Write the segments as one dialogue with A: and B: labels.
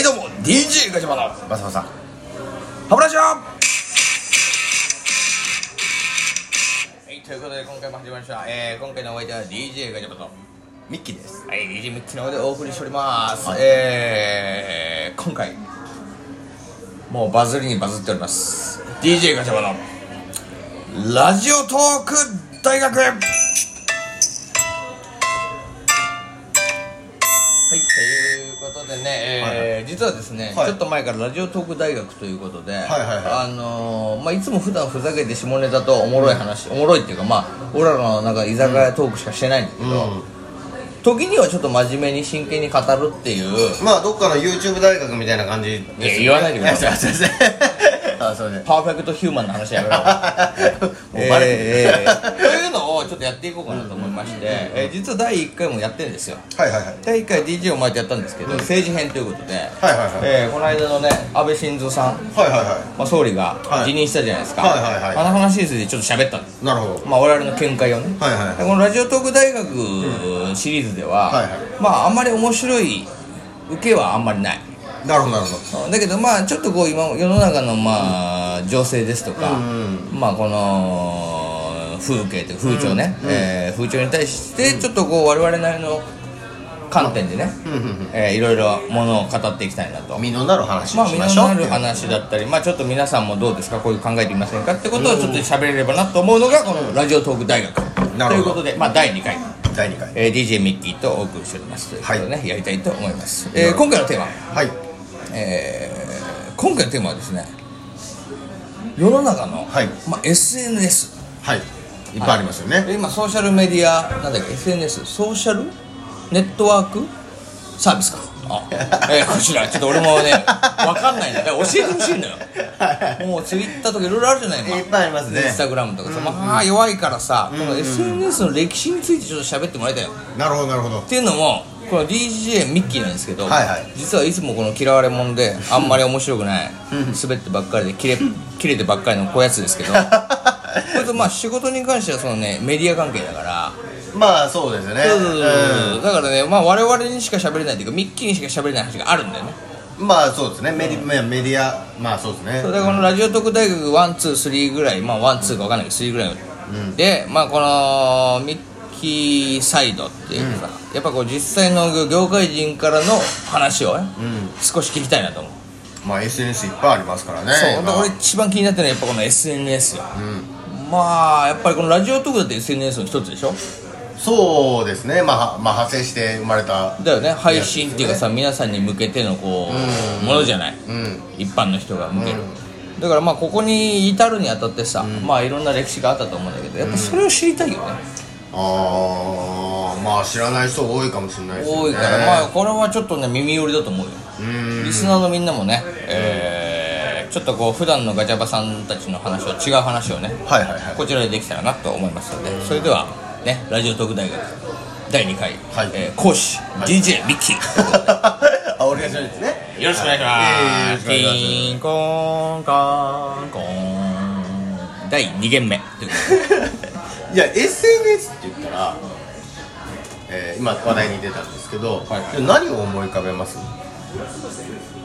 A: DJ ガチャマの
B: マサオさん
A: 歯ブラシは
C: はい、ということで今回も始まりました、えー、今回のお相手は DJ ガチャバとは
B: ミッキーです
C: い DJ ミッキーの方でお送りしております、
B: はい
C: えー、今回もうバズりにバズっております DJ ガチャバのラジオトーク大学はいということでね、えー実はですね、
B: はい
C: ちょっと前からラジオトーク大学ということで、
B: いはいはい
C: あのーまあ、いつも普段ふざけて下ネタとおもろい話、おもろいっていうかまあ俺らのなんか居酒屋トークしかしてないんだけど、時にはちょっと真面目に真剣に語るっていう
B: まあどっかの YouTube 大学みたいな感じですよね
C: いや言わないでください
B: やすいませんあそうね
C: パーフェクトヒューマンの話やめろ
B: もうバレ
C: えーえー というのをちょっとやっていこうかなと思いまして、えー実は第1回もやってるんですよ
B: はいはいはい
C: 第1回 DJ を巻いてやったんですけど、政治編ということで、
B: はいはいはい
C: えーこの間のね安倍晋三さん、
B: はいは
C: まあ、総理が
B: はい
C: 辞任したじゃないですか、
B: はいはいはい
C: あの話についてちょっと喋ったんです
B: いなるほど
C: まあ、我々の見解をね、
B: はいはいはい
C: でこのラジオトーク大学シリーズでは、
B: はいはい
C: まああんまり面白い受けはあんまりない
B: なるほどなるほど
C: だけどまあちょっとこう今世の中のまあ情勢ですとか、
B: うん
C: まあこの風景という風潮ね、えー風潮に対してちょっとこう我々なりの観点でね、
B: うんうん
C: えーいろいろものを語っていきたいなと
B: うん身のなる話
C: ま
B: を
C: あ、
B: し
C: 身
B: ましょ
C: の
B: うっ
C: あ
B: てい
C: る
B: う
C: 話だったり、まあ、ちょっと皆さんもどうですかこういう考えてみませんかってことをちょっと喋れればなと思うのがこのラジオトーク大学
B: な
C: と
B: る
C: いう
B: ほ
C: こ
B: ど
C: とで、まあ、第2回、
B: 第2回
C: えー DJ ミッキーとお送りしておりますということでね、やりたいと思います、えー
B: なるほ
C: 今回のテーマ、
B: はい
C: えー今回のテーマはですね世の中の、
B: はい
C: まあ、SNS
B: はいいっぱいありますよね
C: 今ソーシャルメディアなんだっけ SNS ソーシャルネットワークサービスかあ、えーこちらちょっと俺もねわかんないんだだから教えてほしい んだよもうツイッターとかいろいろあるじゃない今
B: いっぱいありますね
C: インスタグラムとかさ、まあ弱いからさ、こ
B: うん
C: の
B: うん
C: SNS の歴史についてちょっと喋ってもらいたいよっ
B: なるほどな るほど
C: ていうのもこの DJ ミッキーなんですけど、
B: はいはい
C: 実はいつもこの嫌われ者 であんまり面白くない滑ってばっかりでキレキレてばっかりのこやつですけどこれとまあ仕事に関してはそのねメディア関係だから
B: まあそうですね
C: そうそうそうそうだからねまあ我々にしか喋れないというかミッキーにしか喋れない話があるんだよね
B: うんまあそうですねメディメディアまあそうですね
C: そうだからこのラジオ特大学ワンツースリーぐらいまあワンツーか分かんないけど3ぐらい、
B: ん
C: でまあこのミッキーサイドっていうかさ、やっぱこう実際の業界人からの話をね、
B: うん
C: 少し聞きたいなと思う、
B: まあ SNS いっぱいありますからね
C: そう
B: 今
C: で俺一番気になってるのはやっぱこの SNS よ
B: うん
C: まあやっぱりこのラジオ特だって SNS の一つでしょ
B: そうですねまあはまあ派生して生まれた
C: だよね配信っていうかさ、皆さんに向けてのこう、ものじゃない、
B: うん
C: 一般の人が向ける、だからまあここに至るにあたってさ、まあいろんな歴史があったと思うんだけどやっぱそれを知りたいよね、
B: ああまあ知らない人多いかもしれないですよね
C: 多いから、まあこれはちょっとね耳寄りだと思うよ、
B: うん
C: リスナーのみんなもね、えーちょっとこう普段のガチャバさんたちの話は違う話をね
B: はいはいはい
C: こちらでできたらなと思いますのでそれではねラジオ特大学第2回、
B: はい
C: えー講師、
B: い
C: DJ ミッキーということで
B: あお願いしますね
C: よろしくお願いし
B: はい
C: ます。
B: ええよろしくお願
C: ピ
B: いします
C: ンコンカンコン。第2限目ということで。
B: いや SNS って言ったら、えー今話題に出たんですけど、
C: はい
B: 何を思い浮かべます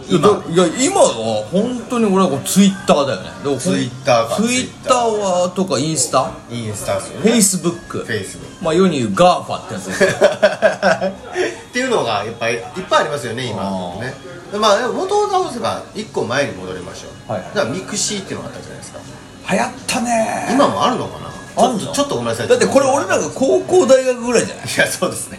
C: 今いや今は本当に俺はこうツイッターだよね。だからほん
B: Twitter か
C: ツイッターはとかインスタ、
B: インスタっすよ
C: フェ
B: ね
C: イスブック
B: フ。ェイスブック
C: まあ世に言うガーファってやつですよ。
B: っていうのがやっぱりいっぱいありますよね今ねでまあでも元を直せば1個前に戻りましょう、
C: はい
B: だからミクシーっていうのがあったじゃないですか
C: 流行ったね
B: 今もあるのかな
C: あんの
B: ちょっとちょっとごめんなさい
C: だってこれ俺ら
B: い
C: が高校大学ぐらいじゃない
B: やそうですね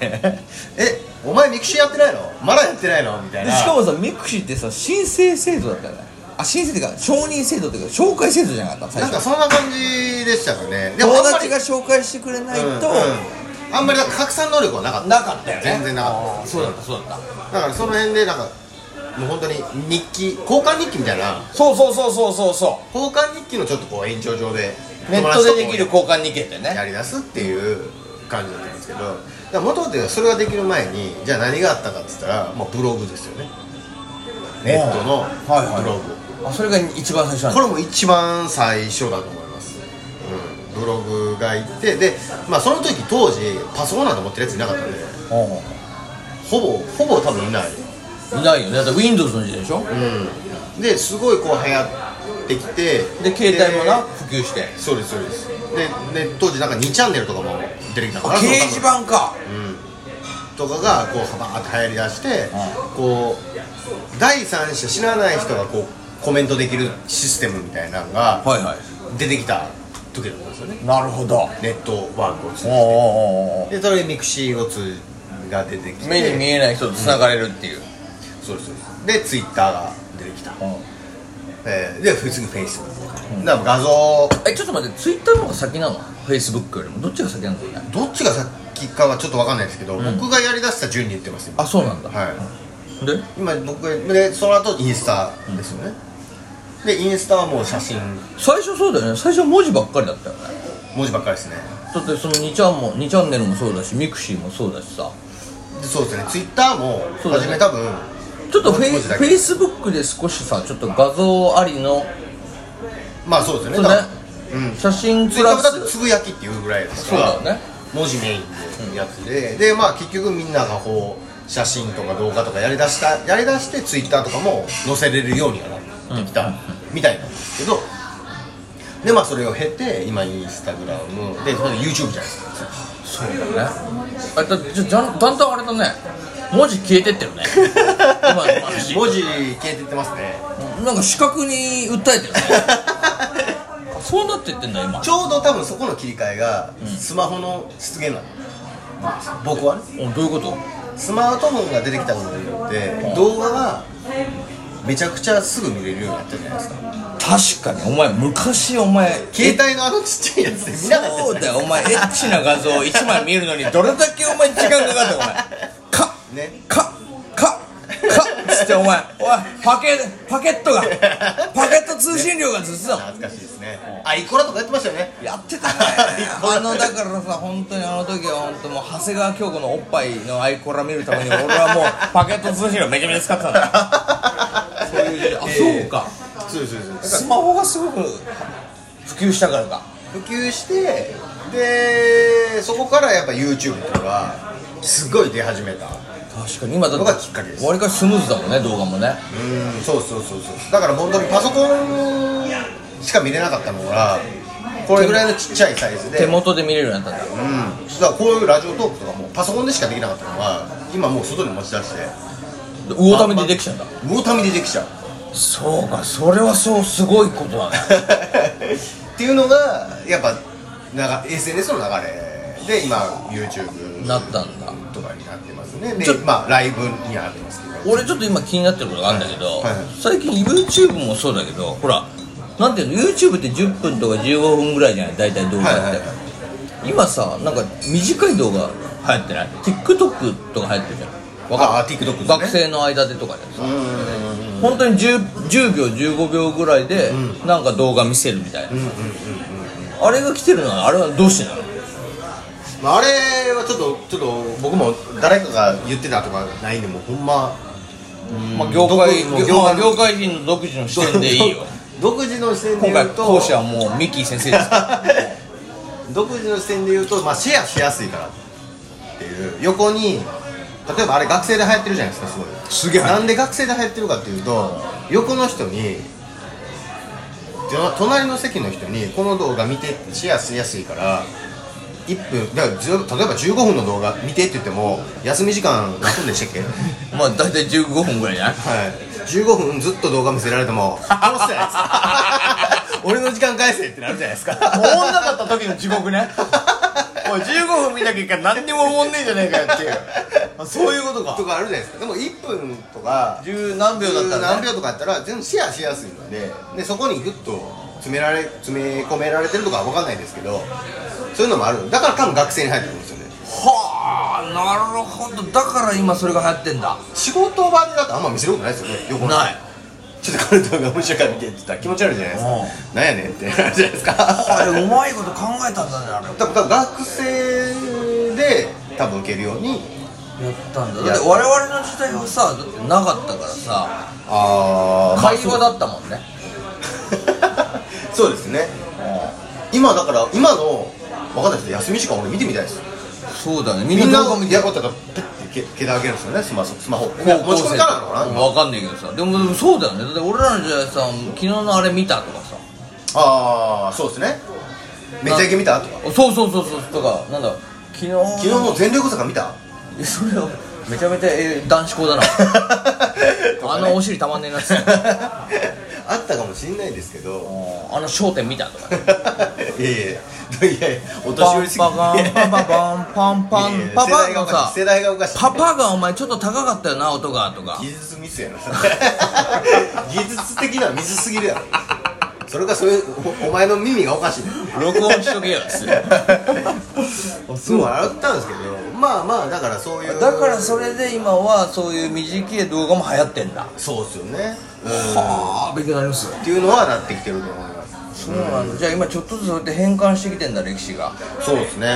B: えお前ミクシーやってないのまだやってないのみたい
C: で
B: な
C: しかもさミクシーってさ申請制度だったよねあ申請っていうか承認制度っていうか紹介制度じゃなかった最
B: なん
C: 初
B: かそんな感じでしたかねでも
C: 友
B: あんまり
C: 達が紹介してくれないと、
B: うんうんあんまりなんか拡散能力はなかった
C: なかったよね
B: 全然なかった
C: そうだったそうだった
B: だからその辺でなんかもう本当に日記交換日記みたいな
C: そうそうそうそうそうそ
B: 交換日記のちょっとこう延長上で
C: うネットでできる
B: 友達とこ
C: 交換に行けて
B: うや
C: ね
B: りだすっていう感じだったんですけどだから元々それができる前にじゃあ何があったかって言ったらもうブログですよねネットのブログ、
C: はいはいあそれが一番最初なん
B: こ
C: だ
B: れも一番最初だと思います、うん、ブログがいてで、まあ、その時当時パソコンなんて持ってるやついなかったんで
C: ほうほう
B: ほぼほぼ多分いない
C: いないよねだって Windows の時代でしょ
B: うん、ですごいこう流行ってきて
C: で携帯もな普及して
B: そうですそうですでで当時なんか2チャンネルとかも出てきた
C: あ
B: から
C: 掲示板か
B: とかがこうバーって流行りだして、こう第三者知らない人がこうコメントできるシステムみたいなのが
C: はいは
B: 出てきた時だったんですよね
C: いなるほど
B: ネットワークを通
C: お
B: じ
C: ーおー
B: て
C: おーお
B: でそれでミクシーを通が出てきて
C: ー目に見えない人と繋がれるっていう、
B: そうですそうですでツイッターが出てきた、
C: うん
B: えーで普通にフェイスだから画像
C: えちょっと待ってツイッターの方が先なのフェイスブックよりもどっちが先なの
B: どっちが先かはちょっとわかんないですけど、僕がやりだした順に言ってますよ
C: あそうなんだ、
B: はい、
C: で
B: 今僕がでその後インスタですよね、でインスタはもう写真
C: 最初そうだよね最初文字ばっかりだったよね
B: 文字ばっかりですね
C: だってその2ちゃんも2チャンネルもそうだしミクシーもそうだしさ
B: でそうですねツイッターも
C: そうだ
B: 初
C: ね
B: め多分
C: ちょっとフェイ
B: 文字だけ
C: フェイスブックで少しさちょっと画像ありの
B: まあそうですよね
C: そうね
B: 多分うん
C: 写真
B: ツイ
C: プ
B: ッ
C: ラ
B: ターも
C: ス
B: だってつぶやきっていうぐらいです
C: そ
B: か
C: う
B: ら
C: だよね
B: 文字メインのやつで、でまあ結局みんながこう写真とか動画とかやりだしたやりだしてツイッターとかも載せれるようにはなってきたみたいなんですけど、でまあそれを経て今インスタグラムでそれで YouTube じゃないですか
C: そうだねあだってじゃじゃんだんだんあれだね文字消えてって るね今の話
B: 文字消えてってますね
C: なんか視覚に訴え てるねあそうなってってんだ今
B: ちょうど多分そこの切り替えがスマホの出現なの、僕はね
C: おどういうこと
B: スマートフォンが出てきたことによって動画がめちゃくちゃすぐ見れるようになったじゃないですか
C: 確かにお前昔お前
B: 携帯のあのちっちゃいやつで見なかった
C: そうだよお前エッチな画像を1枚見るのにどれだけお前時間かかったお前カッ
B: ね
C: カッカッカッつってお前おいパケパケット がパケット通信料がずつだもん
B: 懐かしいですねあイコラとかやってましたよね
C: やって たねあのだからさ本当にあの時は本当もう長谷川京子のおっぱいのアイコラ見るために俺はもうパケット通信料めちゃめちゃ使ってたんだよ そういう時代あ、そうか
B: そうですそうです
C: スマホがすごく普及したからか
B: 普及してでそこからやっぱ YouTube とかすごい出始めた
C: 確かに今だ
B: のがきっかけです
C: 割かしスムーズだもんね動画もね
B: うんそうそうそうそうだから本当にパソコンしか見れなかったのがこれぐらいのちっちゃいサイズで
C: 手元で見れるようになったんだ
B: うん、だからこういうラジオトークとかもパソコンでしかできなかったのが今もう外に持ち出して
C: 魚ためでできちゃうんだ
B: 魚民でできちゃう
C: そうかそれはそうすごいことだね
B: っていうのがやっぱなが SNS の流れで今 YouTube
C: なったんだ
B: とかになってますねで
C: ちょ
B: まあライブにはなってますけど
C: 俺ちょっと今気になってることがあるんだけど、
B: はいはい
C: 最近 YouTube もそうだけどほらなんていうの YouTube って10分とか15分ぐらいじゃない大体動画って、
B: はいはいは
C: 今さなんか短い動画流行ってない TikTok とか流行ってるじゃんわかる
B: あー TikTok ですね
C: 学生の間でとかでさ
B: うーん
C: 本当に 10, 10秒15秒ぐらいでなんか動画見せるみたいな、あれが来てるのはあれはどうしてなの
B: まああれはちょっとちょっと僕も誰かが言ってたとかないんでもうほんま
C: まあ、業界
B: 独
C: 業界
B: の
C: 業界人の独自の視点でいいよ
B: 独自の視点で
C: 今
B: 言
C: 回
B: うと
C: 講師はもうミッキー先生 ですか
B: 独自の視点で言うと、まあ、シェアしやすいからっていう横に例えばあれ学生で流行ってるじゃないですかすごい
C: すげえ流行ってる
B: なんで学生で流行ってるかっていうと横の人にじゃ隣の席の人にこの動画見てってシェアしやすいから1分だからじゅ例えば15分の動画見てって言っても休み時間何分でしたっ けは
C: まあ大体15分ぐらいじゃない
B: い15分ずっと動画見せられても殺すじゃないですか 俺の時間返せってなるじゃないですか
C: おもんなかった時の地獄 ねおい15分見た結果何にもおもんねえじゃねえかよっていうあそういうことか
B: とかあるじゃないですかでも1分とか
C: 十何秒だったらね
B: 十何秒とかやったら全部シェアしやすいのででそこにグッと詰められ詰め込められてるとかは分かんないですけどそういうのもあるだから多分学生に入ってくるんですよね
C: はあなるほどだから今それが流行ってんだ
B: 仕事場でだってあんま見せることないですよね横の人
C: ない
B: ちょっとこれ動画面白いから見てって言ったら気持ち悪いじゃないですかなんやねんってなるじゃないです
C: あれ
B: か
C: うまいこと考えたんだねあれ
B: 多分多分学生で多分受けるよう
C: や
B: に
C: ったんだだって我々の時代はさだってなかったからさ
B: あ
C: 会話だったもんね
B: そうですね今だから今の若かんないですけど休み時間俺見てみたいです
C: そうだねみ
B: みん
C: ん
B: な
C: な動画見て
B: やることだったらペッてけ桁上げるんですよねスマホスマホ持ち込みからなのかな今
C: 分かんないけどさでもでもそうだよねだって俺らの時代さ昨日のあれ見たとかさ
B: ああそうですねめちゃイケ見たとか
C: そうそうそうそうとかなんだ昨日
B: 昨日の全力坂見た
C: それをめちゃめちゃえー男子校 だなあのお尻たまんねえなっつって
B: あったかもしれないですけど
C: あの『焦点』見たとかね
B: いやいやいやいやいやお年
C: パ
B: 寄
C: ン
B: りすぎ
C: パガンパンパガンパンパ
B: いやい
C: ン
B: や
C: パパの
B: 世代がおか
C: さ
B: しい世代がおかしい
C: パパがお前ちょっと高かったよな音がとか
B: 技術ミスやな 技術的なミスすぎるやろそれかそういうおお前の耳がおかしいね
C: 録音しとけよっつって
B: すごい笑ったんですけどまあまあだからそういう
C: だからそれで今はそういう短い動画も流行ってんだ
B: そうっすよねうん
C: はあ勉強になりますよ
B: っていうのはなってきてると思います
C: そうなんだじゃあ今ちょっとずつそうやって変換してきてんだ歴史が
B: そうですね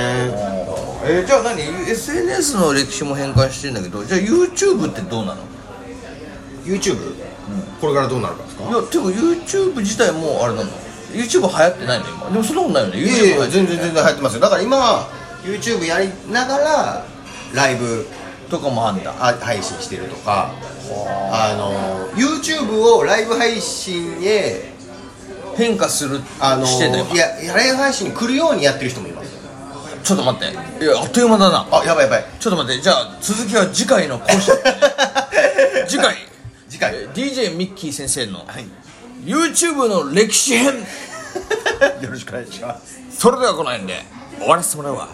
C: えじゃあ何 SNS の歴史も変換してんだけどじゃあ YouTube ってどうなの
B: YouTube、これからどうなるかですか
C: いやてか YouTube 自体もあれなの YouTube 流行ってないの今でもそんなことないよね YouTube
B: いやいや
C: 流行って
B: 全然全然流行ってますよだから今 YouTube やりながらライブ
C: とかもあんだ
B: あ配信してるとかあの YouTube をライブ配信へ
C: 変化する
B: あの
C: してんだ今
B: いやライブ配信に来るようにやってる人もいます
C: ちょっと待っていやあっという間だな
B: あやばい やばい
C: ちょっと待ってじゃあ続きは次回の講 師次回
B: 次回
C: え DJ ミッキー先生の
B: はい
C: YouTube の歴史編
B: よろしくお願いします
C: それではこの辺で終わらせてもらうわ